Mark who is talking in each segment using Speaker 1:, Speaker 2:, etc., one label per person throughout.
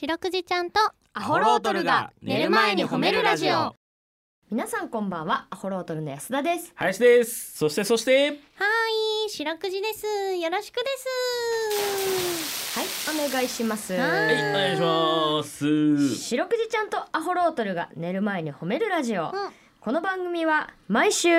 Speaker 1: 白くじちゃんとア
Speaker 2: 皆さんこんばんはアホロートルの安田です
Speaker 3: 林ですそしてそして
Speaker 1: はい白くじですよろしくです
Speaker 2: はいお願いします
Speaker 1: は
Speaker 3: はいお願いします
Speaker 2: 白くじちゃんとアホロートルが寝る前に褒めるラジオ、
Speaker 1: ん
Speaker 2: この番組は毎週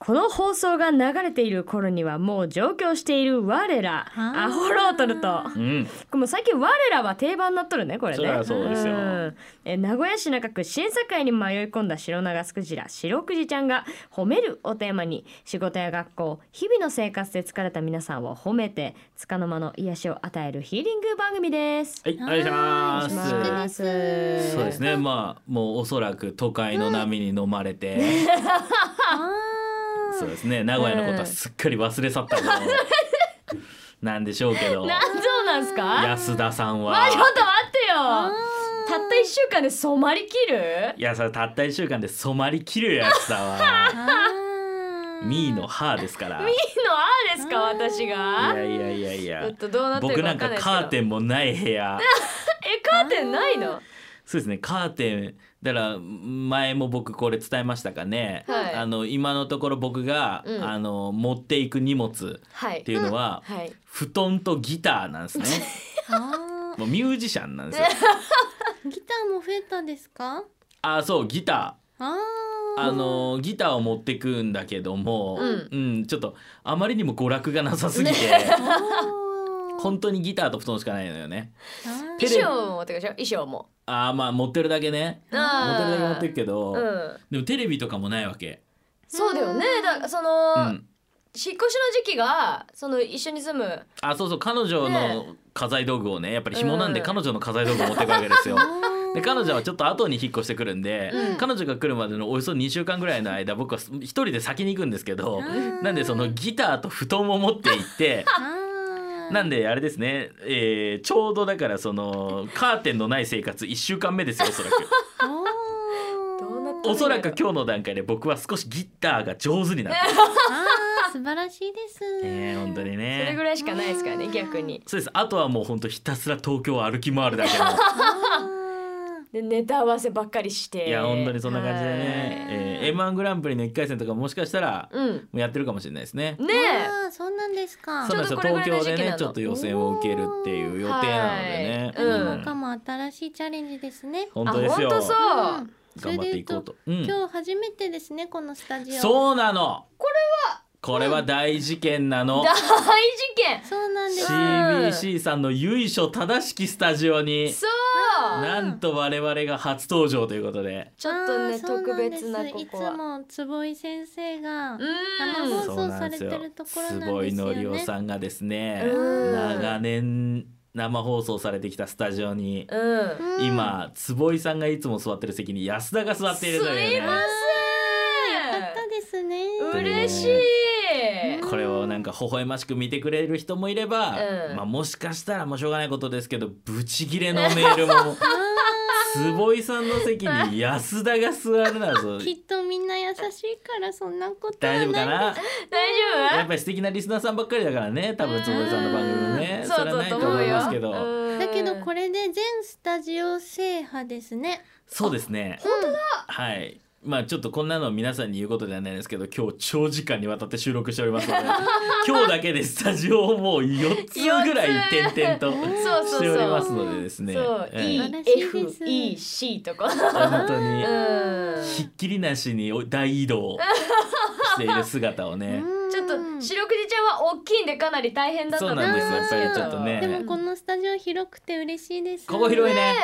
Speaker 2: この放送が流れている頃にはもう上京している我ら
Speaker 1: ー
Speaker 2: アホロートルと
Speaker 3: うん
Speaker 2: これもう最近我らは定番になっとるねこれね
Speaker 3: そりゃそうですよ
Speaker 2: んえ名古屋市中区審査会に迷い込んだ白長スクジラ白クジちゃんが「褒める」をテーマに仕事や学校日々の生活で疲れた皆さんを褒めて束の間の癒しを与えるヒーリング番 組です。
Speaker 3: はいお願いしま
Speaker 2: お願いしますす
Speaker 3: そうですねまあもうおそらく都会の波に飲まれて、
Speaker 1: あ
Speaker 3: そうですね名古屋のことはすっかり忘れ去ったことなんでしょうけど
Speaker 2: なそうなんすか
Speaker 3: 安田さん
Speaker 2: あちょっ
Speaker 3: は
Speaker 2: と待ってよ
Speaker 1: あ
Speaker 2: たった1週間で染まりきる
Speaker 3: いやさたった1週間で染まりきるやつだわミーの歯ですからい
Speaker 2: いいのあーですか
Speaker 1: あー
Speaker 2: 私が
Speaker 3: やいやいやいや
Speaker 2: ちょっとどうなってる
Speaker 3: 僕
Speaker 2: か
Speaker 3: な
Speaker 2: わ
Speaker 3: ん
Speaker 2: か
Speaker 3: か
Speaker 2: んないですけど
Speaker 3: カーテンもない部屋
Speaker 2: えカーテンないの
Speaker 3: そうですねカーテンだから前も僕これ伝えましたかね、
Speaker 2: はい
Speaker 3: あの今のところ僕が、
Speaker 2: うん
Speaker 3: あの持っていく荷物
Speaker 2: はい
Speaker 3: っていうのは、
Speaker 2: はい
Speaker 3: 布団とギターなんで すね
Speaker 1: あ
Speaker 3: もうミュージシャンなんですよ
Speaker 1: ーギターも増えたんですか
Speaker 3: あそうギタ
Speaker 1: あ
Speaker 3: ー
Speaker 1: ー
Speaker 3: あのギターを持ってくんだけども、
Speaker 2: うん
Speaker 3: うんちょっとあまりにも娯楽がなさすぎて、
Speaker 1: あー
Speaker 3: 本当にギターと布団しかないのよね
Speaker 1: あ
Speaker 3: テ
Speaker 1: ー
Speaker 3: レビ
Speaker 2: 衣装も持ってくでしょ衣装も
Speaker 3: あーまあ持ってるだけね持ってるだけ持ってるけど、
Speaker 2: うん
Speaker 3: でもテレビとかもないわけ、
Speaker 2: そうだよねだその、
Speaker 3: うん、
Speaker 2: 引っ越しの時期がその一緒に住む
Speaker 3: あそうそう彼女
Speaker 2: ね
Speaker 3: の家財道具をねやっぱり紐なんで
Speaker 2: うん
Speaker 3: 彼女の家財道具を持ってくわけですよ。
Speaker 1: あ
Speaker 3: で彼女はちょっと後に引っ越してくるんで、
Speaker 2: うん
Speaker 3: 彼女が来るまでのおよそ2週間ぐらいの間僕は一人で先に行くんですけど
Speaker 1: うん
Speaker 3: なんでそのギターと布団を持って行って
Speaker 1: ー
Speaker 3: なんであれですね、えーちょうどだからそのカーテンのない生活1週間目ですよおそらく
Speaker 1: あー
Speaker 2: どうなって
Speaker 3: おそらく今日の段階で僕は少しギターが上手になっ て
Speaker 1: あー素晴らしいです。
Speaker 3: るね本当に
Speaker 2: それぐ
Speaker 3: ね
Speaker 2: らいしかないですからね逆に
Speaker 3: そうですあとはもう本当ひたすら東京を歩き回るだけの。
Speaker 1: あ
Speaker 2: でネタ合わせばっかりして
Speaker 3: いや本当にそんな感じでね、
Speaker 1: はい
Speaker 3: えー、M1 グランプリの1回戦とかもしかしたら
Speaker 2: はいうん
Speaker 3: やってるかもしれないですね。
Speaker 2: ねえ
Speaker 1: ーあー、そうなんですか。
Speaker 3: そうなんで
Speaker 2: ちょう
Speaker 3: す
Speaker 2: ど
Speaker 3: よ
Speaker 2: これぐら
Speaker 3: 東
Speaker 2: い
Speaker 3: 京で
Speaker 2: の時期な
Speaker 3: ね
Speaker 2: の
Speaker 3: ちょっと予選を受けるっていう予定なのでね、
Speaker 2: はいうん
Speaker 1: 今かも新しいチャレンジですね。
Speaker 3: 本当ですよ
Speaker 2: あ本当そう
Speaker 1: うんそれ
Speaker 3: 頑張っ
Speaker 1: で
Speaker 3: て
Speaker 1: 言、
Speaker 3: いうことうと、うん、
Speaker 1: 今日初めてですねこのスタジオ。う。
Speaker 3: そうなのこれはこれは大事件なの
Speaker 2: 大事件
Speaker 1: そうなんです。
Speaker 3: CBC さんの由緒正しきスタジオに
Speaker 2: そう
Speaker 3: なんと我々が初登場ということで
Speaker 2: ちょっと
Speaker 1: あ
Speaker 2: ね
Speaker 1: ーそう
Speaker 2: 特
Speaker 1: んです
Speaker 2: 別なここは
Speaker 1: いつも坪井先生が
Speaker 2: う
Speaker 1: あの
Speaker 2: ん
Speaker 3: そうなんです
Speaker 1: 放送され
Speaker 3: よ
Speaker 1: てるところなんですすよね
Speaker 3: ごいのりおさんがですね
Speaker 2: うん
Speaker 3: 長年生放送されてきたスタジオに
Speaker 2: うん
Speaker 1: うん
Speaker 3: 今坪井さんがいつも座ってる席に安田が座っているというね
Speaker 1: よかったですね。
Speaker 3: ん
Speaker 2: 嬉しい
Speaker 3: これをなんか微笑ましく見てくれる人もいれば、
Speaker 2: うん
Speaker 3: まあ、もしかしたらもうしょうがないことですけどブチギレのメール も坪井さんの席に安田が座るなぞ
Speaker 1: きっとみんな優しいからそんなことは
Speaker 3: 大
Speaker 1: ない
Speaker 3: 丈夫かな
Speaker 2: 大丈夫
Speaker 3: やっぱり素敵なリスナーさんばっかりだからね多分坪井さんの番組もね
Speaker 2: そ
Speaker 3: それ
Speaker 2: う
Speaker 3: はな
Speaker 2: だ
Speaker 3: い
Speaker 2: と
Speaker 3: と
Speaker 2: 思
Speaker 3: 思
Speaker 2: う
Speaker 3: い
Speaker 2: よ
Speaker 3: ますけど、
Speaker 1: だけどこ
Speaker 2: れ
Speaker 1: れで全スタジオ制覇ですね。
Speaker 3: そうですね
Speaker 1: 本当だ。
Speaker 3: はい。まあちょっとこんなのを皆さんに言うことではないですけど今日長時間にわたって収録しておりますので今日だけでスタジオをもう4つぐらい点々と
Speaker 2: そうそうそう
Speaker 3: しておりますのでですね
Speaker 2: そう
Speaker 3: ええ
Speaker 2: E
Speaker 1: 嬉
Speaker 2: F
Speaker 1: しいです
Speaker 2: E C と か
Speaker 3: 本当に
Speaker 2: うん
Speaker 3: ひっきりなしに大移動している姿をね
Speaker 1: うん
Speaker 2: ちょっと白くじちゃんは大きいんでかなり大変だった
Speaker 3: そうなんですよやっぱりちょっとね
Speaker 1: でもこのスタジオ広くて嬉しいです。
Speaker 3: ここ広い
Speaker 2: ね
Speaker 3: ね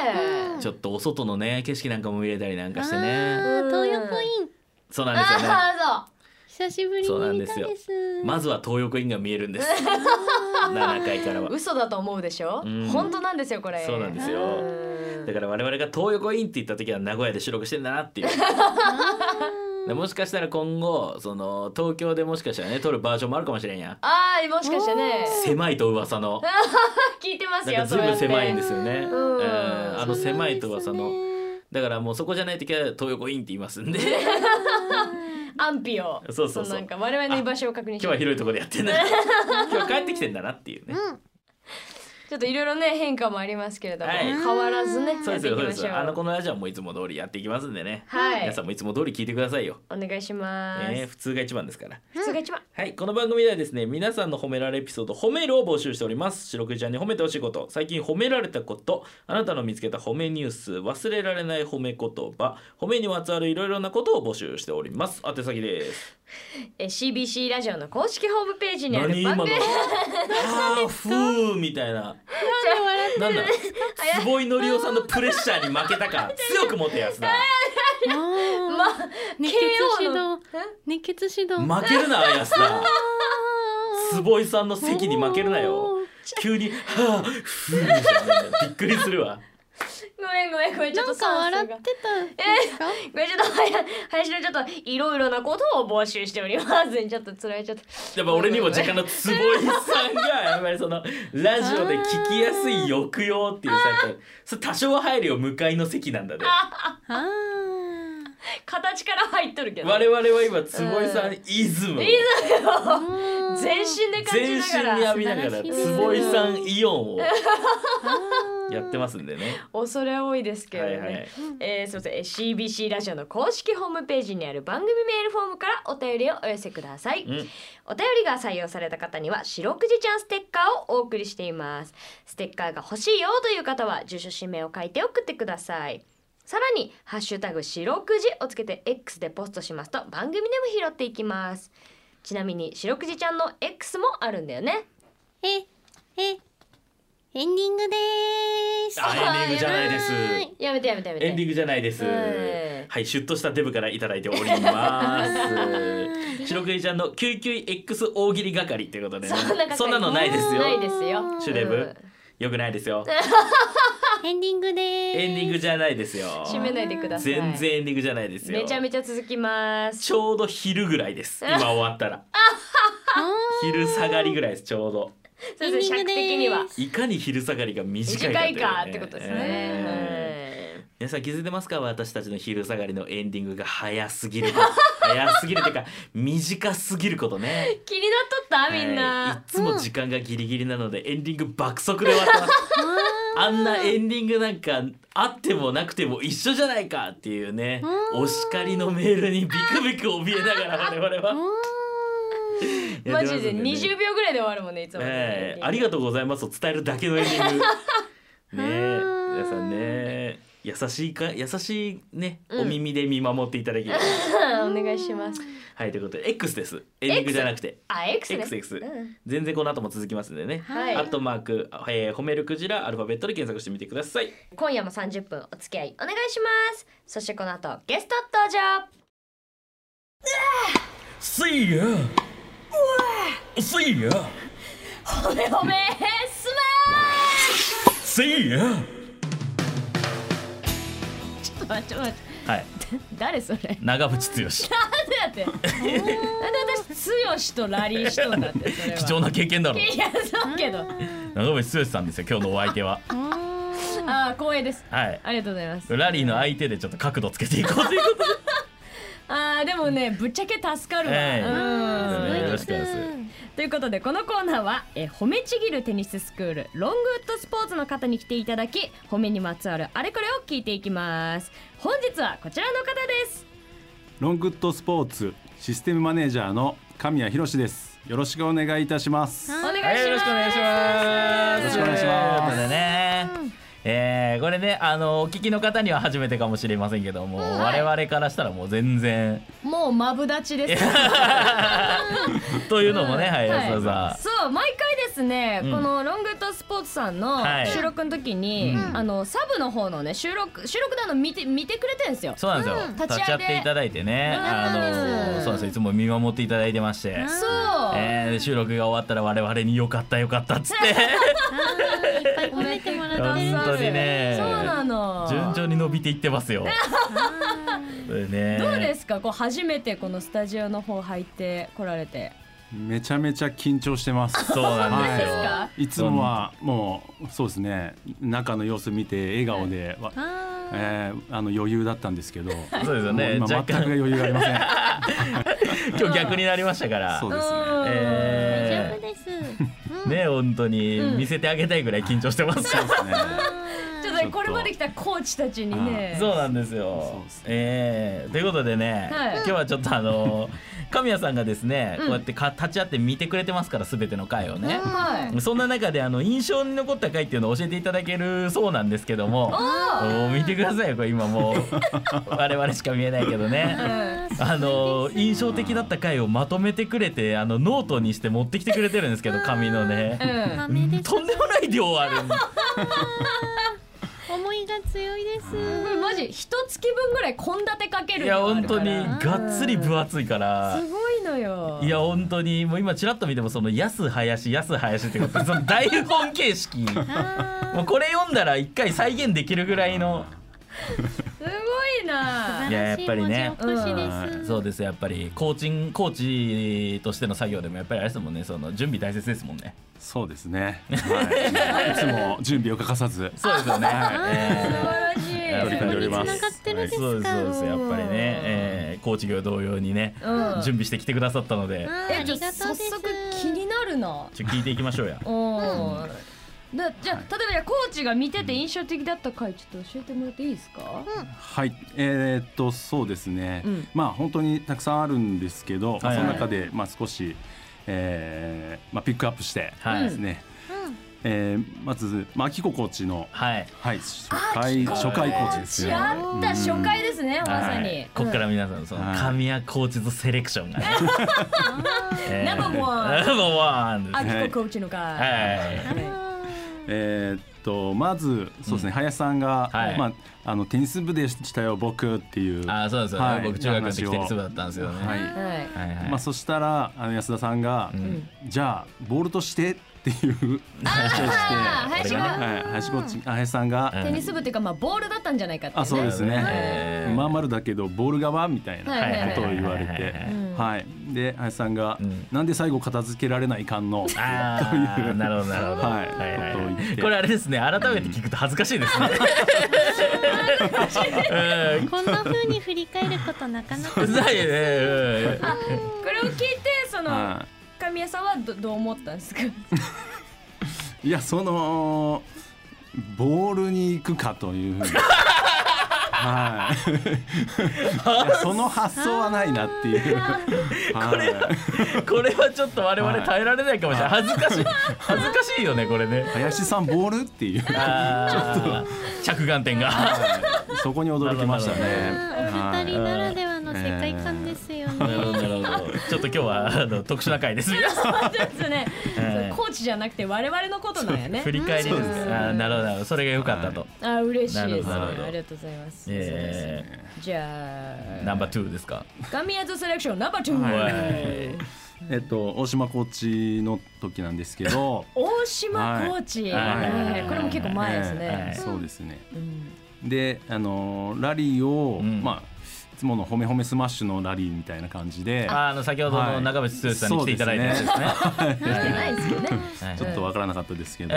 Speaker 1: うん
Speaker 3: ちょっとお外のね景色なんかも見れたりなんかして
Speaker 1: あ
Speaker 3: ね
Speaker 1: ー東横イン
Speaker 3: そうなんですよね
Speaker 2: あ
Speaker 1: 久しぶりに見た
Speaker 3: そうなん
Speaker 1: で。
Speaker 3: ですまずは東横インが見えるんです
Speaker 1: あ
Speaker 3: 7階から
Speaker 2: ー
Speaker 3: は
Speaker 2: そう嘘だと思うでしょ
Speaker 3: うん
Speaker 2: 本当なんですよこれ
Speaker 3: そうなんです
Speaker 1: よ
Speaker 2: うん
Speaker 3: だから我々が東横インって言った時は名古屋で収録してんだなっていう
Speaker 1: ー
Speaker 3: でもしかしたら今後その東京でもしかしたらね撮るバージョンもあるかもしれんや
Speaker 2: あーもしかしてね
Speaker 3: 狭いと噂の
Speaker 2: 聞いてます
Speaker 3: なん
Speaker 2: よ
Speaker 3: かずいぶん
Speaker 2: そう
Speaker 3: 狭いん
Speaker 2: やっ
Speaker 3: ですよね、
Speaker 1: うん
Speaker 3: うんあの
Speaker 1: そうなん
Speaker 3: 狭い
Speaker 1: です
Speaker 3: と噂の、
Speaker 1: ね
Speaker 3: だからもうそこじゃない時は東横インって言いますんで
Speaker 2: て安否を
Speaker 3: そうそうそう
Speaker 2: なんか我々の居場所を確認
Speaker 3: 今
Speaker 2: し
Speaker 3: 日
Speaker 2: て
Speaker 3: は広いところでやってんだ今日は帰ってきてんだなっていうね
Speaker 1: うん
Speaker 2: ちょっといろいろね変化もありますけれども、
Speaker 3: はい
Speaker 2: 変わらずね
Speaker 3: そうで
Speaker 2: やっ
Speaker 3: す
Speaker 2: てい
Speaker 3: よそう
Speaker 2: きま
Speaker 3: で
Speaker 2: し
Speaker 3: す
Speaker 2: ょう
Speaker 3: よあのこのラジオもいつも通りやっていきますんでね、
Speaker 2: はい
Speaker 3: 皆さんもいつも通り聞いてくださいよ、
Speaker 2: お願いします、
Speaker 3: ね普通が一番ですから
Speaker 2: 普通が一番
Speaker 3: はいこの番組ではですね皆さんの褒められエピソード褒めるを募集しております白くじちゃんに褒めてほしいこと最近褒められたことあなたの見つけた褒めニュース忘れられない褒め言葉褒めにまつわるいろいろなことを募集しております宛先です
Speaker 2: えー CBC ラジオの公式ホームページにあ
Speaker 3: 何
Speaker 2: る
Speaker 3: 今
Speaker 2: 番
Speaker 3: の
Speaker 2: 組
Speaker 3: ハーフーみたいななんだ坪井のりおさんのプレッシャーに負けたか強く持てやすな
Speaker 1: まあ熱血指導熱血指導
Speaker 3: 負けるな安田坪井さんの席に負けるなよ急に「はあふう」みたいなびっくりするわ
Speaker 2: ごめんごめんごめんちょっ
Speaker 1: な
Speaker 2: と
Speaker 1: んか笑っ
Speaker 2: 酸素が
Speaker 1: てたんですか
Speaker 2: ごめんちょっとはや林のちょっといろいろなことを募集しておりますちょっとつらいちゃった
Speaker 3: やっぱ俺にも若干の坪井さんがやっぱりそのラジオで聞きやすい抑揚っていうさやっぱそれ多少は入るよ向かいの席なんだで
Speaker 1: あ
Speaker 2: 形から入っとるけど
Speaker 3: 我々は今坪井さんイズムを
Speaker 1: あうん
Speaker 2: 全身で感
Speaker 3: 全
Speaker 2: じな
Speaker 3: 身に
Speaker 2: がら
Speaker 3: 浴びながら
Speaker 1: 素晴ら
Speaker 2: しい
Speaker 3: 坪井さんイオンを
Speaker 1: あー
Speaker 3: やってますんでね。
Speaker 2: 恐れ多いですけ
Speaker 3: は
Speaker 2: れ
Speaker 3: い
Speaker 2: どね、
Speaker 3: はい
Speaker 2: えー、すみませんえー CBC ラジオの公式ホームページにある番組メールフォームからお便りをお寄せください、
Speaker 3: うん
Speaker 2: お便りが採用された方には白くじちゃんステッカーをお送りしていますステッカーが欲しいよという方は住所氏名を書いて送ってくださいさらにハッシュタグ白くじをつけて X でポストしますと番組でも拾っていきますちなみに白くじちゃんの X もあるんだよね
Speaker 1: ええエンディングでーす
Speaker 3: あエンディングじゃないです
Speaker 1: はい
Speaker 2: やめてやめてやめて
Speaker 3: エンディングじゃないです。
Speaker 2: うん
Speaker 3: はい、シュッとしたデブからいただいており ます。白くじちゃんの救急 X 大喜利係ということでね、
Speaker 2: そんな係
Speaker 3: そんなのないですよ。
Speaker 2: ないですよ
Speaker 3: シュレブ、よくないですよ。
Speaker 1: エンディングでーす
Speaker 3: エンディングじゃないですよ。
Speaker 2: 締めないでください
Speaker 3: 全然エンディングじゃないですよ。
Speaker 2: めちゃめちゃ続きます
Speaker 3: ちょうど昼ぐらい です。今終わったら、
Speaker 1: あ
Speaker 3: 昼下がりぐらいです。ちょうど。
Speaker 2: 先生尺的には
Speaker 3: いかに昼下がりが短いか
Speaker 2: 短
Speaker 3: と
Speaker 2: い
Speaker 3: いうね
Speaker 2: かってことですね、
Speaker 3: えー
Speaker 2: はい
Speaker 3: 皆さん気づいてますか私たちの昼下がりのエンディングが早すぎること 早すぎるというか短すぎることね
Speaker 2: 気になっとったみ
Speaker 3: は
Speaker 2: ん
Speaker 3: い、い
Speaker 2: な、
Speaker 3: つも時間がギリギリなので、エンディング爆速で終わってますあんなエンディングなんかあってもなくても一緒じゃないかっていうねお叱りのメールにビクビク怯えながら我々はやってま
Speaker 2: マ
Speaker 3: すん
Speaker 2: ジで
Speaker 3: ね
Speaker 2: 20秒ぐらいで終わるもんねいつもね、
Speaker 3: ええありがとうございますを伝えるだけのエンデ ィングねえ皆さんね優しいか優しいね、
Speaker 2: うん
Speaker 3: お耳で見守っていただきは
Speaker 2: お願いします
Speaker 3: いということで X ですエンディングじゃなくて
Speaker 2: あ X ね
Speaker 3: XX
Speaker 2: うん
Speaker 3: 全然この後も続きますんでね、
Speaker 2: はい
Speaker 3: アットマーク、えー褒めるクジラアルファベットで検索してみてください
Speaker 2: 今夜も30分お付き合いお願いしますそしてこの後ゲスト登場
Speaker 3: See ya! See ya!
Speaker 2: おめおめす
Speaker 3: See ya!
Speaker 2: まーちょっと待ってちょっと待って
Speaker 3: はい
Speaker 2: 誰それなんで
Speaker 3: 長渕剛
Speaker 2: だってなんで私剛とラリーしとんだってそれは
Speaker 3: な経験だろ
Speaker 2: いやそうけど
Speaker 3: 長渕剛さんですよ今日のお相手は
Speaker 2: あー光栄です
Speaker 3: はい
Speaker 2: ありがとうございます
Speaker 3: ラリーの相手でちょっと角度つけていこうということで
Speaker 2: あーでもねぶっちゃけ助かるわ、
Speaker 3: ええ
Speaker 2: うん
Speaker 3: よろしくお願いします
Speaker 2: ということでこのコーナーは、えー褒めちぎるテニススクールロングウッドスポーツの方に来ていただき褒めにまつわるあれこれを聞いていきます本日はこちらの方です
Speaker 4: ロングッドスポーツシステムマネージャーの神谷博史です。よろしくお願いいたします。
Speaker 2: お願いしま
Speaker 3: は
Speaker 2: す、
Speaker 3: い、よろしくお願いします。
Speaker 4: よろしくお願いしま
Speaker 3: というこ
Speaker 4: す
Speaker 3: とでね。えーこれねあのお聞きの方には初めてかもしれませんけども、
Speaker 2: は
Speaker 3: 我
Speaker 2: い
Speaker 3: 々からしたらもう全然
Speaker 2: もうマブダチです
Speaker 3: というのもね、はい
Speaker 2: はい
Speaker 3: 安田さ
Speaker 2: そう毎回ですね、
Speaker 3: うん
Speaker 2: このロングとスポーツさんの
Speaker 3: はい
Speaker 2: 収録の時に、
Speaker 3: うん
Speaker 2: あのサブの方のね収録収録なの見て見てくれてるんですよ
Speaker 3: んそうなんですよ、
Speaker 2: ん
Speaker 3: 立
Speaker 2: 立
Speaker 3: ち会
Speaker 2: ち会い
Speaker 3: っ
Speaker 2: で
Speaker 3: ていただいてね
Speaker 2: うん
Speaker 3: あのそうなんですよいつも見守っていただいてまして、
Speaker 2: そう、
Speaker 3: えー収録が終わったら我々に「よかったよかった」っつって
Speaker 1: ーいっぱい褒めてもらってる
Speaker 3: 本当にね
Speaker 2: そうなの
Speaker 3: 順調に伸びていってますよ。それね
Speaker 2: どうですかこう初めてこのスタジオの方入って来られて
Speaker 4: めちゃめちゃ緊張してます。
Speaker 3: そうなんですよ。
Speaker 2: はい
Speaker 4: いつもはもうそうですね中の様子見て笑顔で、わ
Speaker 1: あー
Speaker 4: えーあの余裕だったんですけど、
Speaker 3: そうですよね
Speaker 4: もう今
Speaker 3: 若
Speaker 4: 全
Speaker 3: 干
Speaker 4: く余裕があ りません。
Speaker 3: 今日逆になりましたから。
Speaker 4: そう
Speaker 2: う
Speaker 4: ですね。
Speaker 2: ん
Speaker 3: え
Speaker 1: 大丈夫です
Speaker 3: ね本当に
Speaker 2: うん
Speaker 3: 見せてあげたいぐらい緊張してます、
Speaker 4: ですね。
Speaker 2: ちょっとねこれまで来たコーチたちにね。
Speaker 3: そうなんですよ。
Speaker 4: そうですね
Speaker 3: えーということでね、
Speaker 2: はい
Speaker 3: 今日はちょっとあの神谷さんがですね、
Speaker 2: うん
Speaker 3: こうやってか立ち会って見てくれてますから全ての回をね。
Speaker 2: はい。
Speaker 3: そんな中であの印象に残った回っていうのを教えていただけるそうなんですけども、
Speaker 2: あ
Speaker 3: お見てくださいよこれ今 もう我々しか見えないけどね。あの印象的だった回をまとめてくれてあのノートにして持ってきてくれてるんですけど紙の
Speaker 2: う
Speaker 3: ね、
Speaker 2: ん。
Speaker 1: めです
Speaker 3: とんでもない量あるんで
Speaker 1: 思いが強いです
Speaker 2: これマジ一月分ぐらい献立かける
Speaker 3: いや
Speaker 2: 量あ
Speaker 3: 本
Speaker 2: るか
Speaker 3: 当
Speaker 2: ら
Speaker 3: にがっつり分厚いから
Speaker 2: すごいのよ
Speaker 3: いや本当にもう今ちらっと見てもその「やすはやしやすはやし」ってことその台本形式
Speaker 1: あ
Speaker 3: もうこれ読んだら一回再現できるぐらいの
Speaker 2: すごいな
Speaker 1: ー
Speaker 3: いややっぱりね
Speaker 1: 素晴らしい文字起こしです
Speaker 3: そうですやっぱりコーチンコーチとしての作業でもやっぱりあれですもんねその準備大切ですもんね
Speaker 4: そうですね。 はい。いつも準備を欠かさず。
Speaker 3: そうですよね、
Speaker 2: 素
Speaker 3: え
Speaker 2: 晴らしい
Speaker 3: や取り組んでおります
Speaker 1: 繋がってるんで
Speaker 3: ー
Speaker 1: すか、
Speaker 3: そうですそうですやっぱりね、えーコーチ業同様にね、
Speaker 2: うん
Speaker 3: 準備してきてくださったので
Speaker 1: あーあ
Speaker 2: えじゃ
Speaker 1: り
Speaker 2: あ
Speaker 1: がとう
Speaker 2: 早
Speaker 1: です
Speaker 2: 速気になるな
Speaker 3: ちょっと聞いていきましょうや
Speaker 2: おーだじゃあ例えばコーチが見てて印象的だった回ちょっと教えてもらっていいですか
Speaker 4: はい。えーっとそうですね。
Speaker 2: うん
Speaker 4: まあ本当にたくさんあるんですけ
Speaker 3: は
Speaker 4: ど、
Speaker 3: い
Speaker 4: その中でまあ少し、えー、まあピックアップして
Speaker 3: はい
Speaker 4: ですね。えーまずまあ秋子コーチの
Speaker 3: はい
Speaker 4: はい初回初回コーチですね。
Speaker 2: あった初回ですねまさ
Speaker 3: は
Speaker 2: に
Speaker 3: い、こっから皆さんその
Speaker 4: はい
Speaker 3: 神谷コーチのセレクションがね、えー
Speaker 2: ナンバーワン
Speaker 3: ナンバーワ ンです
Speaker 2: あ
Speaker 3: ね
Speaker 2: きこコーチの回
Speaker 3: はい
Speaker 4: えーっとまずそうですね、林さんが、
Speaker 3: はい
Speaker 4: まああのテニス部でしたよ僕っていう
Speaker 3: あーそうですよね、
Speaker 4: はい
Speaker 3: 僕中学の時
Speaker 4: 話を
Speaker 3: テニス部だったんですよね
Speaker 4: はい
Speaker 2: はい
Speaker 3: はいはい
Speaker 4: まあそしたらあの安田さんが、
Speaker 3: ん
Speaker 4: じゃあボールとしてっ ていう話をして
Speaker 2: あー林
Speaker 3: これ
Speaker 2: が
Speaker 3: が
Speaker 4: はい林コーチあ林さんが、
Speaker 3: うん
Speaker 2: テニス部っていうかまあボールだったんじゃないかっていうね
Speaker 4: あそうですね、
Speaker 3: えー
Speaker 4: まん丸だけどボール側みたい
Speaker 2: はいはいはい
Speaker 4: なことを言われて、
Speaker 3: はい
Speaker 4: は
Speaker 3: はい
Speaker 4: い
Speaker 3: はい
Speaker 4: で林さんが、
Speaker 3: うん
Speaker 4: なんで最後片付けられないかんの」
Speaker 3: あーなるほどなるほど、
Speaker 4: はい
Speaker 3: はいはい
Speaker 4: ことを言って
Speaker 3: これあれですね改めて聞くと恥ずかしいですね、うん
Speaker 1: こんな風に振り返ることなかなか
Speaker 3: う ざいね、うん
Speaker 2: これを聞いてその
Speaker 4: は
Speaker 2: 神谷さんはどどう思ったんで すか
Speaker 4: い、いやそのボールに行くかというふうに。はい、いやその発想はないなっていう。はい
Speaker 3: これはちょっと我々耐えられないかもしれない、
Speaker 4: は
Speaker 3: 恥ずかしい恥ずかしいよねこれ ね
Speaker 4: 林さんボールっていう。
Speaker 3: あー着眼点 が
Speaker 4: そこに驚きましたね。
Speaker 1: あーお二人ならではの世界観ですよね、
Speaker 3: なるほどなるほど ちょっと今日はあの特殊な回です皆さん
Speaker 2: そうですね、
Speaker 3: はい
Speaker 2: そうコーチじゃなくて我々のことなんやね
Speaker 3: 振り返りです
Speaker 2: うん
Speaker 3: かあーなるほどなるほどそれが良かったと、
Speaker 2: あー嬉しいです
Speaker 3: なるほどなるほど
Speaker 2: ありがとうございます、
Speaker 3: え
Speaker 2: じゃ
Speaker 3: ー、ナ
Speaker 2: あ
Speaker 3: ンバー2ですか
Speaker 2: 神谷とセレクションナンバー
Speaker 3: はい
Speaker 2: 2
Speaker 4: えっと大島コーチの時なんですけど、
Speaker 2: 大島コーチ、
Speaker 3: はい
Speaker 2: はい
Speaker 3: はい
Speaker 2: これも結構前ですね、
Speaker 4: ええそうですね。
Speaker 2: うん
Speaker 4: で、あのラリーを、
Speaker 3: うん
Speaker 4: まあいつもの褒め褒めスマッシュのラリーみたいな感じで、
Speaker 3: あの先ほどの中渕剛さんに来ていただいたやつですね。
Speaker 2: なんてないですよね、
Speaker 3: はい
Speaker 4: ちょっとわからなかったで すけど。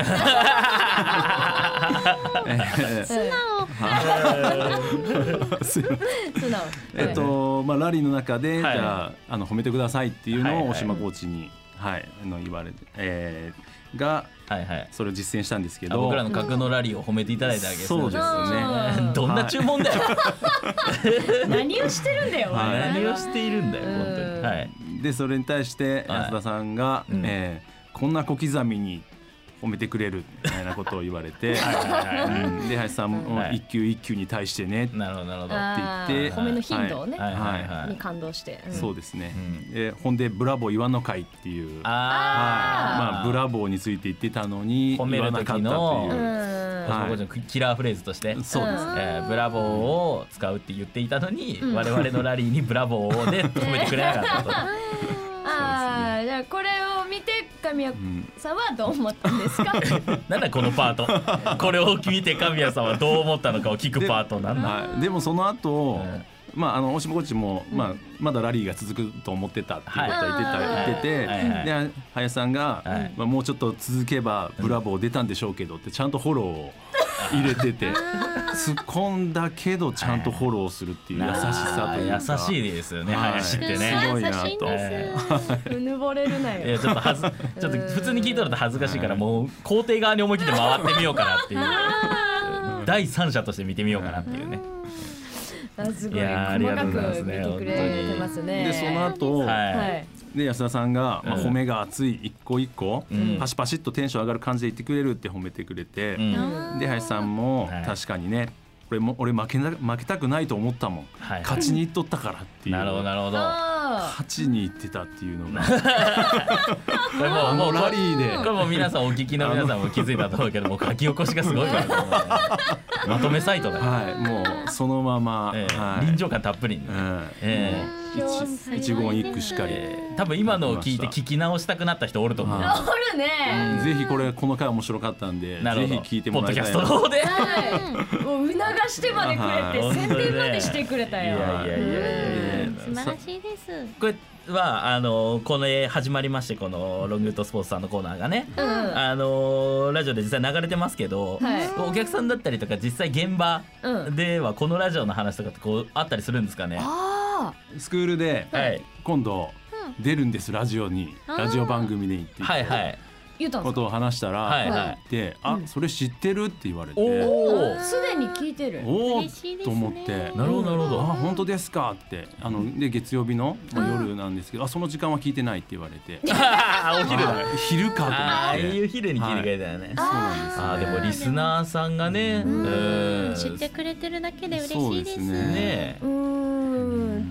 Speaker 4: すいません
Speaker 2: 素直
Speaker 4: えっとまあラリーの中で、
Speaker 3: はい
Speaker 4: じゃああの褒めてくださいっていう
Speaker 3: はい
Speaker 4: の
Speaker 3: はい
Speaker 4: を大島コーチに、はい、あの言われて、えーが
Speaker 3: はいはい。
Speaker 4: それを実践したんですけ
Speaker 3: あ
Speaker 4: ど、
Speaker 3: 僕らの格のラリーを褒めていただいたわけですね。
Speaker 4: そうですね。
Speaker 2: う ん
Speaker 3: どんな注文だよ。
Speaker 2: 何をしてるんだよ、
Speaker 4: はい
Speaker 2: 我々は
Speaker 3: 何をしているんだよ
Speaker 2: うん
Speaker 3: 本当に。はい。
Speaker 4: でそれに対して
Speaker 3: はい
Speaker 4: 安田さんが、
Speaker 3: うん
Speaker 4: えーこんな小刻みに褒めてくれるみたいなことを言われて
Speaker 3: はいはい
Speaker 4: うんで林さんも
Speaker 3: はい
Speaker 4: 一球一球に対してねって
Speaker 3: なるほどなるほど。は
Speaker 2: あ
Speaker 4: って
Speaker 2: ー
Speaker 4: 言って
Speaker 2: 褒めの頻度をね、
Speaker 3: いはいは
Speaker 2: に
Speaker 3: い。
Speaker 2: 感動して、うん
Speaker 4: そうですね、
Speaker 3: うん
Speaker 4: でほんで「ブラボー言わんのかい」っていうはい
Speaker 3: あ
Speaker 4: まあ、ブラボーについて言ってたのに
Speaker 3: 褒め
Speaker 4: 言
Speaker 3: る
Speaker 4: わなかったって
Speaker 3: 時
Speaker 4: いう
Speaker 3: の
Speaker 2: うん
Speaker 4: はい
Speaker 3: 僕たちのキラーフレーズとして。
Speaker 4: そうです
Speaker 2: うん
Speaker 3: えーブラボーを使うって言っていたのに、
Speaker 2: うん
Speaker 3: 我々のラリーにブラボーで褒めてくれなかったと。
Speaker 2: ああ、じゃあこれを見て神谷さんはどう思ったんですか。
Speaker 3: なんだこのパート。これを聞いて神谷さんはどう思ったのかを聞くパートなんだ。
Speaker 4: はい、でもその後、
Speaker 3: うん
Speaker 4: まああの大島コーチも、まあ、まだラリーが続くと思ってたっていうことは言ってた、
Speaker 2: はい
Speaker 4: 言ってて、
Speaker 3: はいはい
Speaker 4: で林さんが、
Speaker 3: はい
Speaker 4: まあ、もうちょっと続けばブラボー出たんでしょうけどってちゃんとフォローを入れてて突っ込んだけどちゃんとフォローするっていう優しさというか
Speaker 3: 優しいですよね
Speaker 4: はい
Speaker 3: 林って
Speaker 1: す
Speaker 3: ね
Speaker 4: ごいな
Speaker 1: 優しいんです。
Speaker 2: うぬぼれるない
Speaker 3: や
Speaker 2: よ。
Speaker 3: ちょっとはずちょっと普通に聞いたら恥ずかしいからもう皇帝側に思い切って回ってみようかなっていう第三者として見てみようかなっていうね
Speaker 2: あすごい
Speaker 3: いやーあり
Speaker 2: 細
Speaker 3: が
Speaker 2: か
Speaker 3: とうございます
Speaker 2: く見てくれてますね。
Speaker 4: でその後、
Speaker 3: は
Speaker 2: はいい。
Speaker 4: で安田さんが、まあ、
Speaker 3: うん
Speaker 4: 褒めが熱い一個一個、
Speaker 3: うん
Speaker 4: パシパシっとテンション上がる感じで言ってくれるって褒めてくれて、
Speaker 3: うん
Speaker 1: あー
Speaker 4: で林さんも
Speaker 3: はい
Speaker 4: 確かにね、俺も俺負けな負けたくないと思ったもん、
Speaker 3: はい
Speaker 4: 勝ちにいっとったからっていう
Speaker 3: なるほどなるほど
Speaker 2: あ
Speaker 4: 勝ちにいってたっていうの が
Speaker 3: これもう
Speaker 4: あ
Speaker 3: も
Speaker 4: の
Speaker 3: う
Speaker 4: ラリーで
Speaker 3: これもう皆さんお聞きの皆さんも気づいたと思うけどもう書き起こしがすごいからね まとめサイトだよ、
Speaker 4: はいもうそのまま、
Speaker 3: ええ
Speaker 4: はい
Speaker 3: 臨場感たっぷりに、
Speaker 4: うん
Speaker 3: え
Speaker 4: もう
Speaker 1: え
Speaker 4: 一一言一句しかり、
Speaker 3: えー多分今のを聞いて聞き直したくなった人おると思う、
Speaker 4: はい
Speaker 2: あ。おるね。
Speaker 4: ぜひこれこの回面白かったんで
Speaker 3: なるほ
Speaker 4: ぜひ
Speaker 3: ど
Speaker 4: 聞いて
Speaker 3: ポ
Speaker 4: も
Speaker 3: ッ
Speaker 4: ら
Speaker 3: ド
Speaker 4: い
Speaker 3: キ
Speaker 4: た
Speaker 3: ャ
Speaker 4: いな
Speaker 3: ストの方で
Speaker 2: はい。もう促してまでくれ
Speaker 3: は
Speaker 2: て
Speaker 3: い
Speaker 2: 宣伝までしてくれた
Speaker 3: いや
Speaker 2: よ。
Speaker 3: いやいやいや
Speaker 1: 素晴らしいです。
Speaker 3: これはあのこの始まりましてこのロングウッドスポーツさんのコーナーがね、
Speaker 2: うん。
Speaker 3: あのラジオで実際流れてますけど、
Speaker 2: はい
Speaker 3: お客さんだったりとか実際現場
Speaker 2: うん
Speaker 3: ではこのラジオの話とかってこうあったりするんですかね、
Speaker 2: あ
Speaker 4: スクールで
Speaker 3: はい、
Speaker 4: 今度出るんですラジオに
Speaker 1: あー
Speaker 4: ラジオ番組で行って
Speaker 3: はいはい
Speaker 2: あ言ったんで
Speaker 4: こ
Speaker 2: すか。
Speaker 4: とを話したら、
Speaker 3: はいはい
Speaker 4: で「あそれ知ってる?」って言われて
Speaker 3: おお
Speaker 2: すでに聞いてる。
Speaker 4: お
Speaker 1: 嬉しい
Speaker 4: ー
Speaker 1: ですね
Speaker 4: と思って
Speaker 3: なるほどなるほ
Speaker 4: あ
Speaker 3: ど
Speaker 4: 本当ですかってあので月曜日の、まあ、夜なんですけどあその時間は聞いてないって言われて
Speaker 3: あーお昼だ
Speaker 4: あ昼かと思
Speaker 3: ああ
Speaker 4: って
Speaker 3: いう昼に聞いてくれたよね、
Speaker 4: そうなんです
Speaker 3: あーでもリスナーさんがねうん
Speaker 1: 知ってくれてるだけで嬉
Speaker 4: そう
Speaker 1: しい
Speaker 4: で
Speaker 1: ですす。
Speaker 4: ね
Speaker 3: ね
Speaker 2: うーん。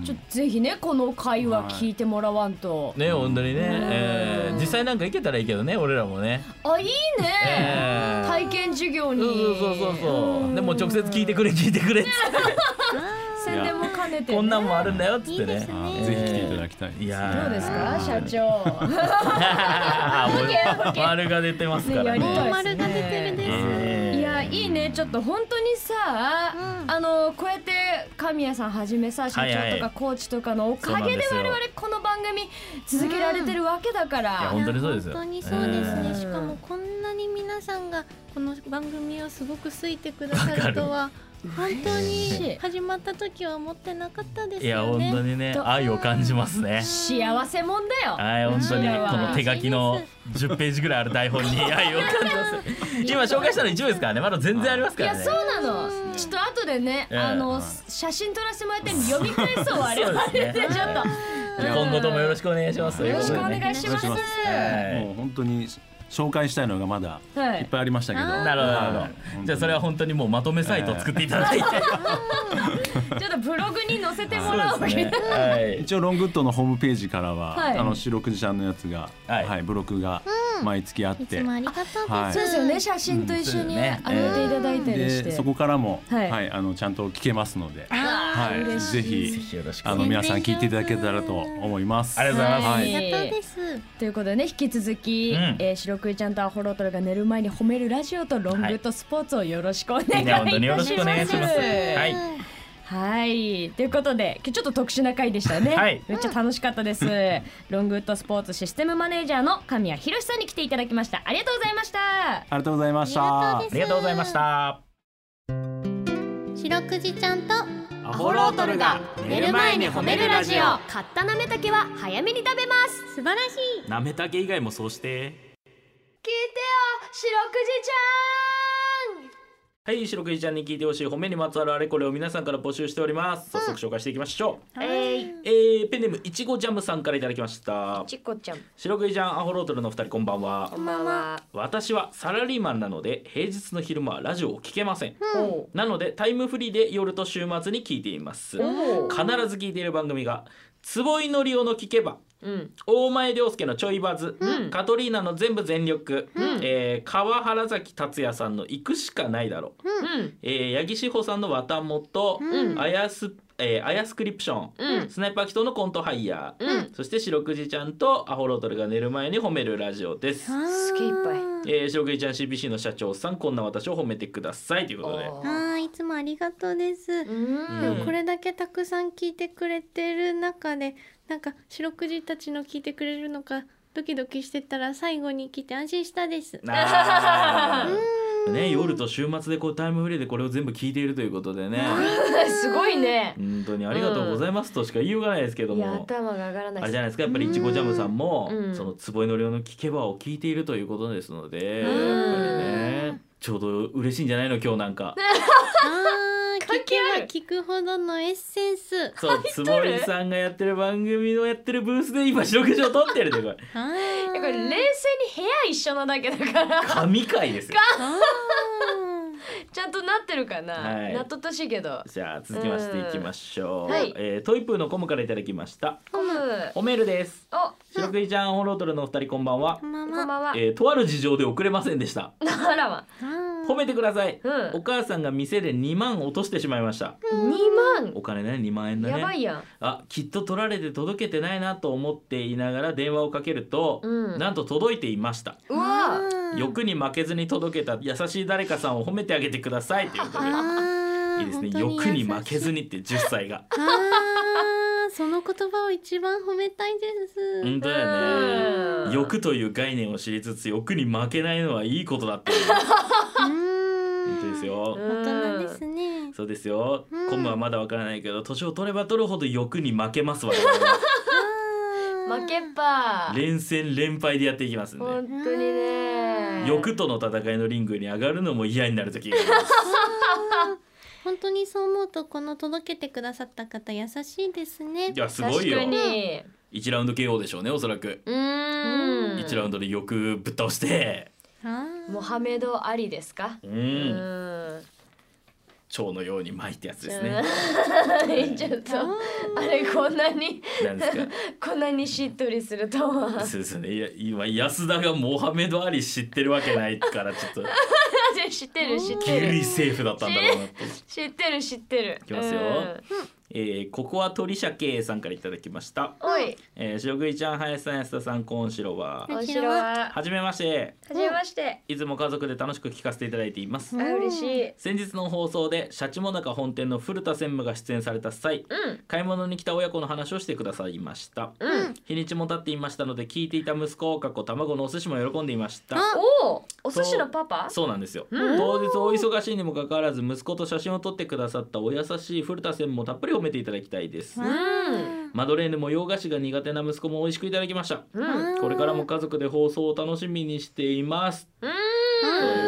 Speaker 2: ちょっとぜひねこの会話聞いてもらわんと。
Speaker 3: ね本当にね、えー実際なんか行けたらいいけどね俺らもね
Speaker 2: あいい
Speaker 3: え
Speaker 2: ね。
Speaker 3: ー
Speaker 2: 体験授業に。
Speaker 3: そうそうそうそうそ
Speaker 2: ん
Speaker 3: うでもう直接聞いてくれ聞いてくれっつっ
Speaker 2: 宣伝も兼ねて
Speaker 3: て
Speaker 2: ね。
Speaker 3: こんなんもあるんだよっ
Speaker 1: い
Speaker 3: つっ
Speaker 1: い
Speaker 3: て
Speaker 1: で
Speaker 3: ね
Speaker 1: す
Speaker 4: あ
Speaker 1: ね。
Speaker 4: ーぜひ来ていただきたいです
Speaker 3: いやー
Speaker 2: どうですか社長。
Speaker 3: 長丸が出てますから
Speaker 2: ねやりた
Speaker 1: ノ
Speaker 2: い
Speaker 1: ー
Speaker 3: ね
Speaker 1: マルが出てるです。
Speaker 2: いやいいねちょっと本当にさ、
Speaker 1: うん
Speaker 2: あのこうやって神谷さんはじめさ社
Speaker 3: はい
Speaker 2: 長
Speaker 3: は
Speaker 2: と
Speaker 3: い
Speaker 2: かコーチとかのおかげで
Speaker 3: そう
Speaker 2: 我
Speaker 3: なんですよ
Speaker 2: 々この番組続けられてるわけだか
Speaker 3: いや
Speaker 2: ら、
Speaker 3: 本当にそうですよ
Speaker 1: 本当にそうですね。
Speaker 2: うん
Speaker 1: しかもこんなに皆さんがこの番組をすごく好いてくださるとは本当に始まった時は思ってなかったです
Speaker 3: いや
Speaker 1: よ
Speaker 3: 本当
Speaker 1: ね。
Speaker 3: にね
Speaker 2: と
Speaker 3: 愛を感じますね
Speaker 2: 幸せもんだよ、
Speaker 3: はい本当にこの手書きの10ページぐらいある台 本に愛を感じます今紹介したの一部ですからねまだ全然あります
Speaker 2: い
Speaker 3: から
Speaker 2: や
Speaker 3: ね
Speaker 2: そうなの、ちょっと後でね、
Speaker 3: ええ
Speaker 2: あの
Speaker 4: はい
Speaker 2: 写真撮らせてもらって読み返そう我
Speaker 3: そう
Speaker 2: 々で
Speaker 3: です
Speaker 2: ちょ
Speaker 3: ね
Speaker 2: っと
Speaker 3: うん今後ともよろしくお願いしますという
Speaker 2: よろ
Speaker 3: こ
Speaker 2: し
Speaker 3: と
Speaker 2: くお
Speaker 3: でね
Speaker 2: 願いします
Speaker 4: お願いしま
Speaker 3: はい
Speaker 4: もう本当に紹介したいのがまだ
Speaker 2: はい
Speaker 4: いっぱいありましたけど、
Speaker 3: なるほどなる
Speaker 4: は
Speaker 3: ほ
Speaker 4: い
Speaker 3: どじゃあそれは本当にもうまとめサイトを作っていた だいて
Speaker 2: ちょっとブログに載せてもら
Speaker 3: そ
Speaker 2: おう
Speaker 3: うですね はい
Speaker 4: 一応ロングッドのホームページからは、
Speaker 2: はい
Speaker 4: あの白くじちゃんのやつが、
Speaker 3: は
Speaker 4: はいいブログが毎月あっ
Speaker 1: い
Speaker 4: て、
Speaker 1: つもありがとうございま
Speaker 4: はい
Speaker 1: す。
Speaker 2: そうですよね写真と一緒にね
Speaker 3: う
Speaker 2: あ
Speaker 3: ん
Speaker 2: げていただいたりして、
Speaker 4: でそこからも、
Speaker 2: は
Speaker 4: はいいあのちゃんと聞けますので、
Speaker 2: あー
Speaker 4: はい、
Speaker 2: 嬉し
Speaker 4: ぜ
Speaker 2: い
Speaker 3: ぜ
Speaker 4: ひ
Speaker 3: ひよろしくお
Speaker 4: あ
Speaker 3: 願いし
Speaker 4: の
Speaker 3: ます
Speaker 4: 皆さん聞いていただけたらと思います。
Speaker 3: ありがとうございます
Speaker 1: ありがとうです。
Speaker 2: ということでね引き続き、
Speaker 3: うん
Speaker 2: えー、白クイちゃんとアホロートルが寝る前に褒めるラジオとロングとスポーツをよろしくお願いいたし
Speaker 3: ね
Speaker 2: ます。
Speaker 3: 本当によろしくお願いしますは
Speaker 2: はいい、ということで今日ちょっと特殊な回でしたね。
Speaker 3: はい
Speaker 2: めっちゃ楽しかったです。ロングとスポーツシステムマネージャーの神谷博さんに来ていただきました。ありがとうございました。
Speaker 4: ありがとうございまし
Speaker 1: ありがとうござい
Speaker 4: た
Speaker 1: ま。
Speaker 3: ありがとうございました
Speaker 1: 白くじちゃんと
Speaker 4: アホロートルが
Speaker 1: 寝る前に褒めるラジオ
Speaker 2: 買ったなめたけは早めに食べます。
Speaker 1: 素晴らしい。
Speaker 3: なめたけ以外もそうして
Speaker 2: 聞いてよ白クジちゃん。
Speaker 3: はい白くじちゃんに聞いてほしい褒めにまつわるあれこれを皆さんから募集しております早速紹介していきましょう、
Speaker 1: えい。
Speaker 3: えー、ペンネームいちごジャムさんからいただきました
Speaker 2: ちこちゃん
Speaker 3: 白くじちゃんアホロートルのお二人こんばんは
Speaker 2: こんばんは。
Speaker 3: 私はサラリーマンなので平日の昼間はラジオを聞けません、
Speaker 2: お
Speaker 3: なのでタイムフリーで夜と週末に聞いています必
Speaker 2: お
Speaker 3: ず聞いている番組が坪井のりおの聞けば
Speaker 2: うん。
Speaker 3: 大前涼介のちょいバズ、カトリーナの全部全力、えー川原崎達也さんの行くしかないだろう、
Speaker 2: うん。
Speaker 3: えー八木志保さんの綿本、
Speaker 2: うん
Speaker 3: あやすえー、あやスクリプション、
Speaker 2: うん
Speaker 3: スナイパー祈祷のコントハイヤー、
Speaker 2: うん
Speaker 3: そして白くじちゃんとアホロトルが寝る前に褒めるラジオです、
Speaker 2: すげえいっぱい
Speaker 3: えー、白くじちゃん CBC の社長さんこんな私を褒めてくださいということで
Speaker 1: あーいつもありがとうです。
Speaker 2: うん。
Speaker 3: うん
Speaker 1: これだけたくさん聞いてくれてる中でなんか四六時たちの聞いてくれるのかドキドキしてたら最後に来て安心したです。
Speaker 3: あー ね、夜と週末でこうタイムフリーでこれを全部聞いているということでね
Speaker 2: すごいね。
Speaker 3: 本当にありがとうございますとしか言いようがないですけど
Speaker 2: いや
Speaker 3: も、
Speaker 2: 頭が上がらない
Speaker 3: あれじ
Speaker 2: です
Speaker 3: ゃないですかやっぱりいちごジャムさんも、
Speaker 2: うん
Speaker 3: その坪井の量の聞けばを聞いているということですので、
Speaker 2: うん
Speaker 3: やっぱりねちょうど嬉しいんじゃないの今日なん か。
Speaker 1: あー聞けば聞くほどのエッセンス
Speaker 3: そう、つもりさんがやってる番組のやってるブースで今白くじを撮ってるで これ
Speaker 1: あ
Speaker 2: い
Speaker 1: ー
Speaker 2: やこれ冷静に部屋一緒なだけだ から
Speaker 3: 神回ですよ。
Speaker 1: あー
Speaker 2: ちゃんとなってるかな、
Speaker 3: はい
Speaker 2: なっとったしいけど
Speaker 3: じゃあ続きましていきましょう。
Speaker 2: うんはい
Speaker 3: えートイプーのコムからいただきました。
Speaker 2: コム
Speaker 3: おメールです。
Speaker 2: おこ
Speaker 3: 白くじちゃん、ホロートルのお二人こんばんは
Speaker 1: こ。んばん
Speaker 2: ん
Speaker 1: は
Speaker 2: ばんは、
Speaker 3: えーとある事情で遅れませんでした。
Speaker 2: あらわ
Speaker 1: あ
Speaker 3: 褒めてください。
Speaker 2: うん
Speaker 3: お母さんが店で2万落としてしまいました。
Speaker 2: 2万
Speaker 3: お金ね、2万円だね。
Speaker 2: やばいやん
Speaker 3: あきっと取られて届けてないなと思っていながら電話をかけると、
Speaker 2: うん
Speaker 3: なんと届いていました、
Speaker 2: うわ
Speaker 1: ー
Speaker 3: 欲に負けずに届けた優しい誰かさんを褒めてあげてくださいということで
Speaker 1: あー
Speaker 3: いいですね
Speaker 1: 本当
Speaker 3: 欲に負けず
Speaker 1: 優しい
Speaker 3: にって10歳が
Speaker 1: あーその言葉を一番褒めたいです
Speaker 3: 本当だよね
Speaker 2: うん
Speaker 3: 欲という概念を知りつつ欲に負けないのはいいことだっていう
Speaker 1: 本
Speaker 3: 本当ですよ
Speaker 2: うん
Speaker 1: 大人ですね
Speaker 3: そうですよ、
Speaker 1: うん
Speaker 3: コムはまだわからないけど年を取れば取るほど欲に負けますわ
Speaker 1: あー
Speaker 3: 我々は
Speaker 2: 負けっ ぱ
Speaker 3: 連戦連敗でやっていきますんで
Speaker 2: 本当にね
Speaker 3: 欲との戦いのリングに上がるのも嫌になる時があり ます
Speaker 1: 本当にそう思うとこの届けてくださった方優しいですね
Speaker 3: いやすごいよ
Speaker 2: 確かに
Speaker 3: 1ラウンド KO でしょうねおそらく、
Speaker 2: うーん
Speaker 3: 1ラウンドで欲ぶっ倒して
Speaker 1: あ
Speaker 2: モハメド・アリですか
Speaker 3: う
Speaker 2: うんーん
Speaker 3: 蝶のように巻いてやつですね
Speaker 2: ちょっと
Speaker 1: ー
Speaker 2: あれこんなに
Speaker 3: なんですか
Speaker 2: こんなにしっとりするとは
Speaker 3: そうですよねいや今安田がモハメド・アリ知ってるわけないからちょっ と
Speaker 2: 知ってる知っ
Speaker 3: ギ
Speaker 2: てる
Speaker 3: リセーフだったんだろうなって
Speaker 2: 知ってる知ってる
Speaker 3: いきますよえーここは鳥社慶さんからいただきました、
Speaker 2: うんおい
Speaker 3: えー、白食いちゃん林さん安田さんこんしろは
Speaker 1: こん
Speaker 2: お
Speaker 1: に
Speaker 2: 城
Speaker 1: ち
Speaker 2: は
Speaker 3: はじめまして
Speaker 2: はじめまして
Speaker 3: いつも家族で楽しく聞かせていただいています
Speaker 2: あ
Speaker 1: うん
Speaker 2: 嬉しい
Speaker 3: 先日の放送でシャチモナカ本店の古田専務が出演された際
Speaker 2: うん
Speaker 3: 買い物に来た親子の話をしてくださいました
Speaker 2: うん
Speaker 3: 日にちも経っていましたので聞いていた息子かっこ卵のお寿司も喜んでいました
Speaker 1: あ
Speaker 2: おおお寿司のパパ
Speaker 3: そうなんですよ、
Speaker 2: うん
Speaker 3: 当日お忙しいにもかかわらず息子と写真を撮ってくださったお優しい古田専務もたっぷり褒めていただきたいです、
Speaker 1: わー
Speaker 3: マドレーヌも洋菓子が苦手な息子も美味しくいただきました
Speaker 2: うん
Speaker 1: あー
Speaker 3: これからも家族で放送を楽しみにしています
Speaker 1: と
Speaker 3: い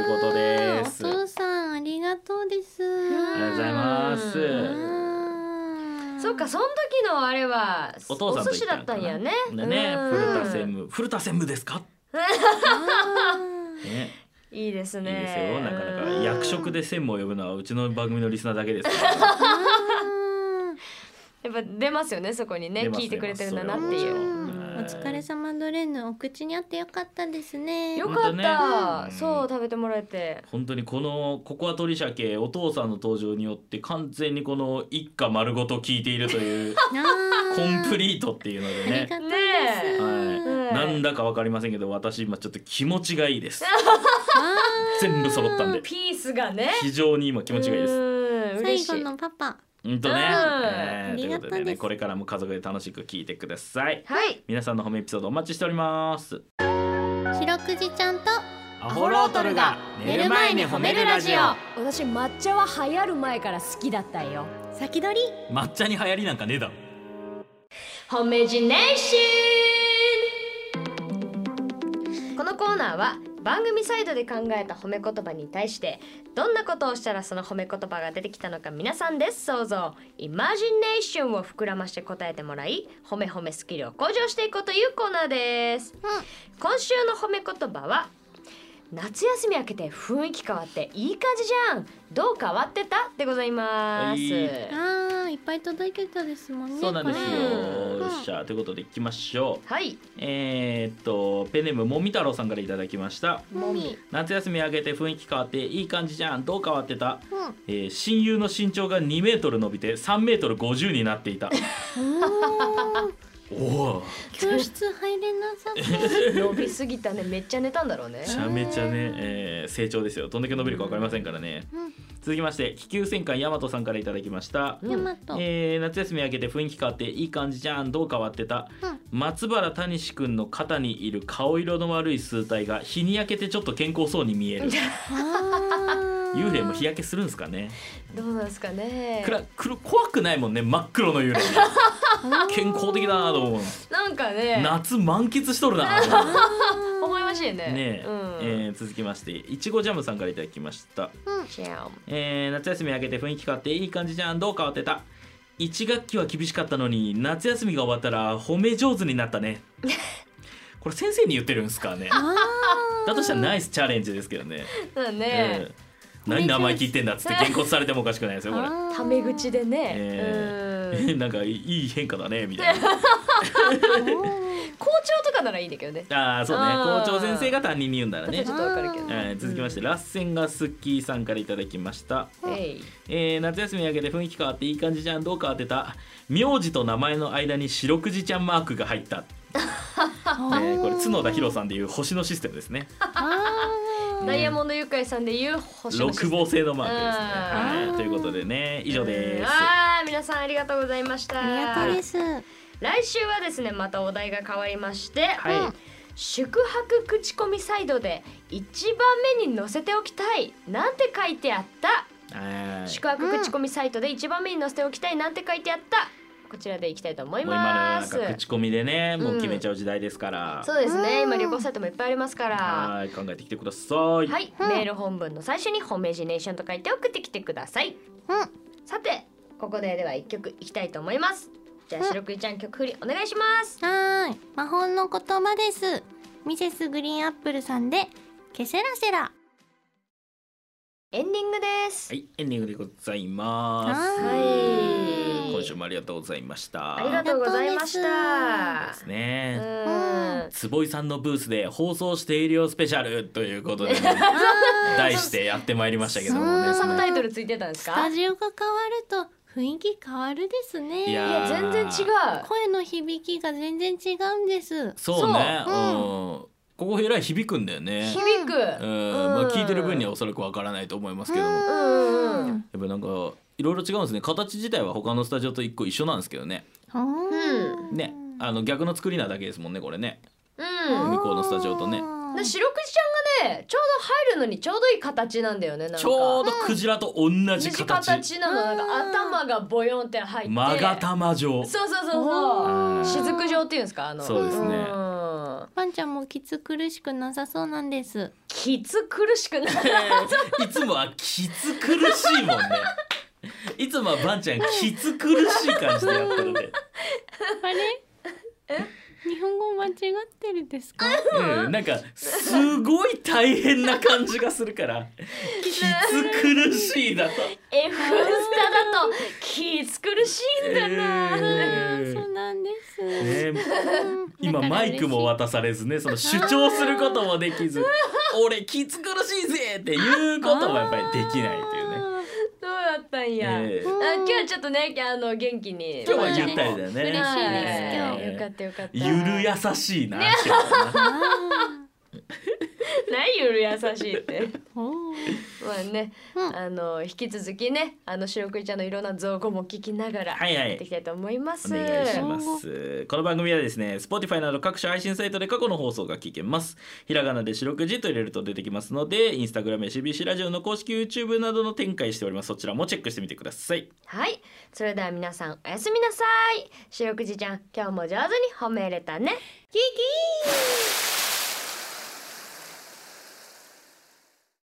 Speaker 3: うことです
Speaker 1: お父さんありがとうです
Speaker 3: ありがとうございます
Speaker 2: うんそうかその時のあれは
Speaker 3: お父さんと
Speaker 2: お寿司だったんやね
Speaker 3: でね
Speaker 2: うん
Speaker 3: 古田専務古田専務ですか、ね、
Speaker 2: いいです
Speaker 3: いい
Speaker 2: ね
Speaker 3: ですよなかなか
Speaker 2: うん
Speaker 3: 役職で専務を呼ぶのはうちの番組のリスナーだけですから
Speaker 2: やっぱ出ますよねそこにね
Speaker 3: 出ます
Speaker 2: 聞いてくれてるんだなってい
Speaker 3: 出
Speaker 2: う
Speaker 3: ます
Speaker 1: お疲れ様ドレーヌお口にあってよかったですね
Speaker 2: よかった、
Speaker 3: 本当ね
Speaker 2: そう食べてもらえて
Speaker 3: 本当にこのココア鳥社系お父さんの登場によって完全にこの一家丸ごと聞いているという
Speaker 1: コ
Speaker 3: コンプ
Speaker 1: リ
Speaker 3: リートっていうので
Speaker 1: あり
Speaker 3: ね
Speaker 1: がとう
Speaker 2: ね
Speaker 1: です、
Speaker 3: は
Speaker 2: うん
Speaker 3: なんだかわかりませんけど私今ちょっと気持ちがいいです全部揃ったんで
Speaker 2: ピースがね
Speaker 3: 非常に今気持ちがいいです
Speaker 2: うん嬉
Speaker 1: 最
Speaker 2: しい
Speaker 1: 後のパパ
Speaker 3: うんとね、
Speaker 2: うん
Speaker 3: え
Speaker 1: あ
Speaker 3: ー
Speaker 1: り
Speaker 3: という
Speaker 1: が
Speaker 3: こと
Speaker 1: う
Speaker 3: とでね
Speaker 1: です
Speaker 3: これからも家族で楽しく聞いてください
Speaker 2: はい
Speaker 3: 皆さんの褒めエピソードお待ちしております
Speaker 1: 白くじちゃんと
Speaker 3: ア
Speaker 2: ホロートルが
Speaker 1: 寝る前に褒めるラジ
Speaker 2: 私抹茶は流行る前から好きだったよ
Speaker 1: 先取り
Speaker 3: 抹茶に流行りなんかねえだろ
Speaker 2: ホメジネーションこのコーナーは番組サイドで考えた褒め言葉に対してどんなことをしたらその褒め言葉が出てきたのか皆さんです想像イマジネーションを膨らまして答えてもらい褒め褒めスキルを向上していこうというコーナーです、今週の褒め言葉は夏休み明けて雰囲気変わっていい感じじゃんどう変わってたでございます、
Speaker 3: はい
Speaker 1: あーいっぱい届いてたですもんね
Speaker 3: そうなんですよ
Speaker 1: うん
Speaker 3: よっしゃということで行きましょう
Speaker 2: はい
Speaker 3: えーっとペンネームもみ太郎さんからいただきました
Speaker 1: もみ
Speaker 3: 夏休み明けて雰囲気変わっていい感じじゃんどう変わってた、
Speaker 1: うん
Speaker 3: えー親友の身長が2メートル伸びて3メートル50になっていた
Speaker 1: おー
Speaker 3: おお
Speaker 1: 教室入れなさそう
Speaker 2: 伸びすぎたねめっちゃ寝たんだろうね
Speaker 3: めちゃめちゃね、えー成長ですよどんだけ伸びるかわかりませんからね、
Speaker 1: うん
Speaker 3: 続きまして気球戦艦ヤマトさんからいただきました、
Speaker 2: うん
Speaker 1: ヤ マト
Speaker 3: えー夏休み明けて雰囲気変わっていい感じじゃんどう変わってた、松原谷志くんの肩にいる顔色の悪い数体が日に焼けてちょっと健康そうに見 える幽
Speaker 1: 幽
Speaker 3: 霊も日焼けするんですかね
Speaker 2: どうなんですかね
Speaker 3: くらくる怖くないもんね真っ黒の幽霊 健康的だなと思う
Speaker 2: なんかね
Speaker 3: 夏満喫しとるなと思う
Speaker 2: 思いましたよね
Speaker 3: ねえ
Speaker 2: うん
Speaker 3: えー続きましていちごジャムさんからいただきました、
Speaker 2: シャオ
Speaker 3: えー夏休み明けて雰囲気変わっていい感じじゃんどう変わってた1学期は厳しかったのに夏休みが終わったら褒め上手になった ねこれ先生に言ってるんですかねだとしたらナイスチャレンジですけどね、
Speaker 2: だ
Speaker 3: え
Speaker 2: ね
Speaker 3: ー何生意気言ってんだっつって原骨されてもおかしくないですよこれ
Speaker 2: タメ口でね
Speaker 3: え
Speaker 2: うん
Speaker 3: ー なんかいい変化だねみた いな
Speaker 2: 校長とかならいいんだけどね
Speaker 3: ああそうね
Speaker 2: あー
Speaker 3: 校長先生が担任に言うんだら
Speaker 2: だと
Speaker 3: ね
Speaker 2: ちょっとわかるけど
Speaker 3: えー続きましてラッセンガスッキーさんからいただきました、
Speaker 2: えい
Speaker 3: えー夏休み明けて雰囲気変わっていい感じじゃんどう変わってた名字と名前の間に四六時ちゃんマークが入った、えーこれ角田博さんでいう星のシステムですね
Speaker 2: ダイヤモンドユカイさんで言う星の
Speaker 3: 六芒星のマークですね
Speaker 1: うん
Speaker 3: はいということでね以上です
Speaker 2: あー皆さんありがとうございました
Speaker 1: ありがとうです
Speaker 2: 来週はですねまたお題が変わりまして、
Speaker 3: はい
Speaker 2: うん宿泊口コミサイドで一番目に載せておきたいなんて書いてあった、
Speaker 3: はい
Speaker 2: 宿泊口コミサイトで一番目に載せておきたいなんて書いてあったこちらでいきたいと思い
Speaker 3: もう今の
Speaker 2: ま
Speaker 3: なん
Speaker 2: す
Speaker 3: か口コミでねもう決めちゃう時代ですから、
Speaker 2: そうです
Speaker 1: うん
Speaker 2: ね、今旅行サイトもいっぱいありますからは
Speaker 3: はい考えてきてください
Speaker 2: い、メール本文の最初に「ホメジネーション」と書いて送ってきてください
Speaker 1: うん
Speaker 2: さてここででは一曲いきたいと思いますじゃあ
Speaker 1: うん
Speaker 2: 白くじちゃん曲振りお願いします
Speaker 1: はーい魔法の言葉ですミセスグリーンアップルさんでケセラセラ
Speaker 2: エンディングです、
Speaker 3: はい、エンディングでございます。
Speaker 1: は
Speaker 2: ーい
Speaker 3: 今週もありがとうございました。
Speaker 2: ありがとうございまし
Speaker 1: や
Speaker 2: た
Speaker 3: ですね。
Speaker 2: うん
Speaker 3: 坪井さんのブースで放送しているよスペシャルということで、 ね、題してやってまいりましたけどもね。
Speaker 1: そう
Speaker 2: サブタイトルついてたんです
Speaker 1: スタ
Speaker 2: か
Speaker 1: ジオが変わると雰囲気変わるですね
Speaker 3: いや
Speaker 2: いや全然違う
Speaker 1: 声の響きが全然違うんです
Speaker 3: そうね。う
Speaker 1: そ
Speaker 3: ん
Speaker 1: ううん
Speaker 3: ここえらい響くんだよね。
Speaker 2: 響
Speaker 3: うん。
Speaker 2: く
Speaker 3: まあ聞いてる分にはおそらくわからないと思いますけども、やっ
Speaker 2: うんうん
Speaker 3: ぱなんかいろいろ違うんですね。形自体は他のスタジオと一個一緒なんですけどね。
Speaker 1: うん
Speaker 3: ね、あの逆の作りなだけですもんねこれね。
Speaker 2: うん
Speaker 3: 向こうのスタジオとね
Speaker 2: で白くじちゃんがねちょうど入るのにちょうどいい形なんだよねなんか
Speaker 3: ちょうどクジラと同じ
Speaker 2: 短い
Speaker 3: 形。
Speaker 2: 形なのなんか頭がボヨンって入って
Speaker 3: マガタマ状。
Speaker 2: そうそうそうそう
Speaker 3: あー
Speaker 2: 雫状っていうんですかあの
Speaker 3: そうですね
Speaker 2: ん
Speaker 1: パンちゃんもきつ苦しくなさそうなんです
Speaker 2: きつ苦しくない
Speaker 3: いつもはきつ苦しいもんね。いつもはばんちゃんきつ苦しい感じでやってるね。
Speaker 1: あれ日本語間違ってるですか
Speaker 3: うん、なんかすごい大変な感じがするからきつ苦しいだと。
Speaker 2: F スタだときつ苦しいんだな、
Speaker 3: え
Speaker 1: そうなんです、
Speaker 3: ーね
Speaker 1: うん
Speaker 3: 今マイクも
Speaker 1: だか
Speaker 3: 渡されずねその主張することもできず「俺きつ苦しいぜ!」っていうこともやっぱりできないというね。
Speaker 2: どうだったんや、
Speaker 3: えー
Speaker 1: ー
Speaker 2: あ今日はちょっとねあの元気に
Speaker 3: 今日は
Speaker 1: ゆ
Speaker 3: ゆったりだよね。
Speaker 1: 嬉しいです
Speaker 2: はい
Speaker 3: えー
Speaker 2: よかったよかった
Speaker 3: ゆる優しいなって思う な。
Speaker 2: ないゆる優しいって
Speaker 1: ら 嬉しいおー
Speaker 2: まあね、
Speaker 1: うん
Speaker 2: あの引き続きねあの白くじちゃんのいろんな造語も聞きながら
Speaker 3: はいはい
Speaker 2: やっていきたいと思います、
Speaker 3: お願いします。この番組はですね、Spotify など各種配信サイトで過去の放送が聞けます。ひらがなで四六時と入れると出てきますので、Instagram や CBC ラジオの公式 YouTube などの展開しております。そちらもチェックしてみてください。
Speaker 2: はいそれでは皆さんおやすみなさい白くじちゃん今日も上手に褒めれたね
Speaker 1: キキー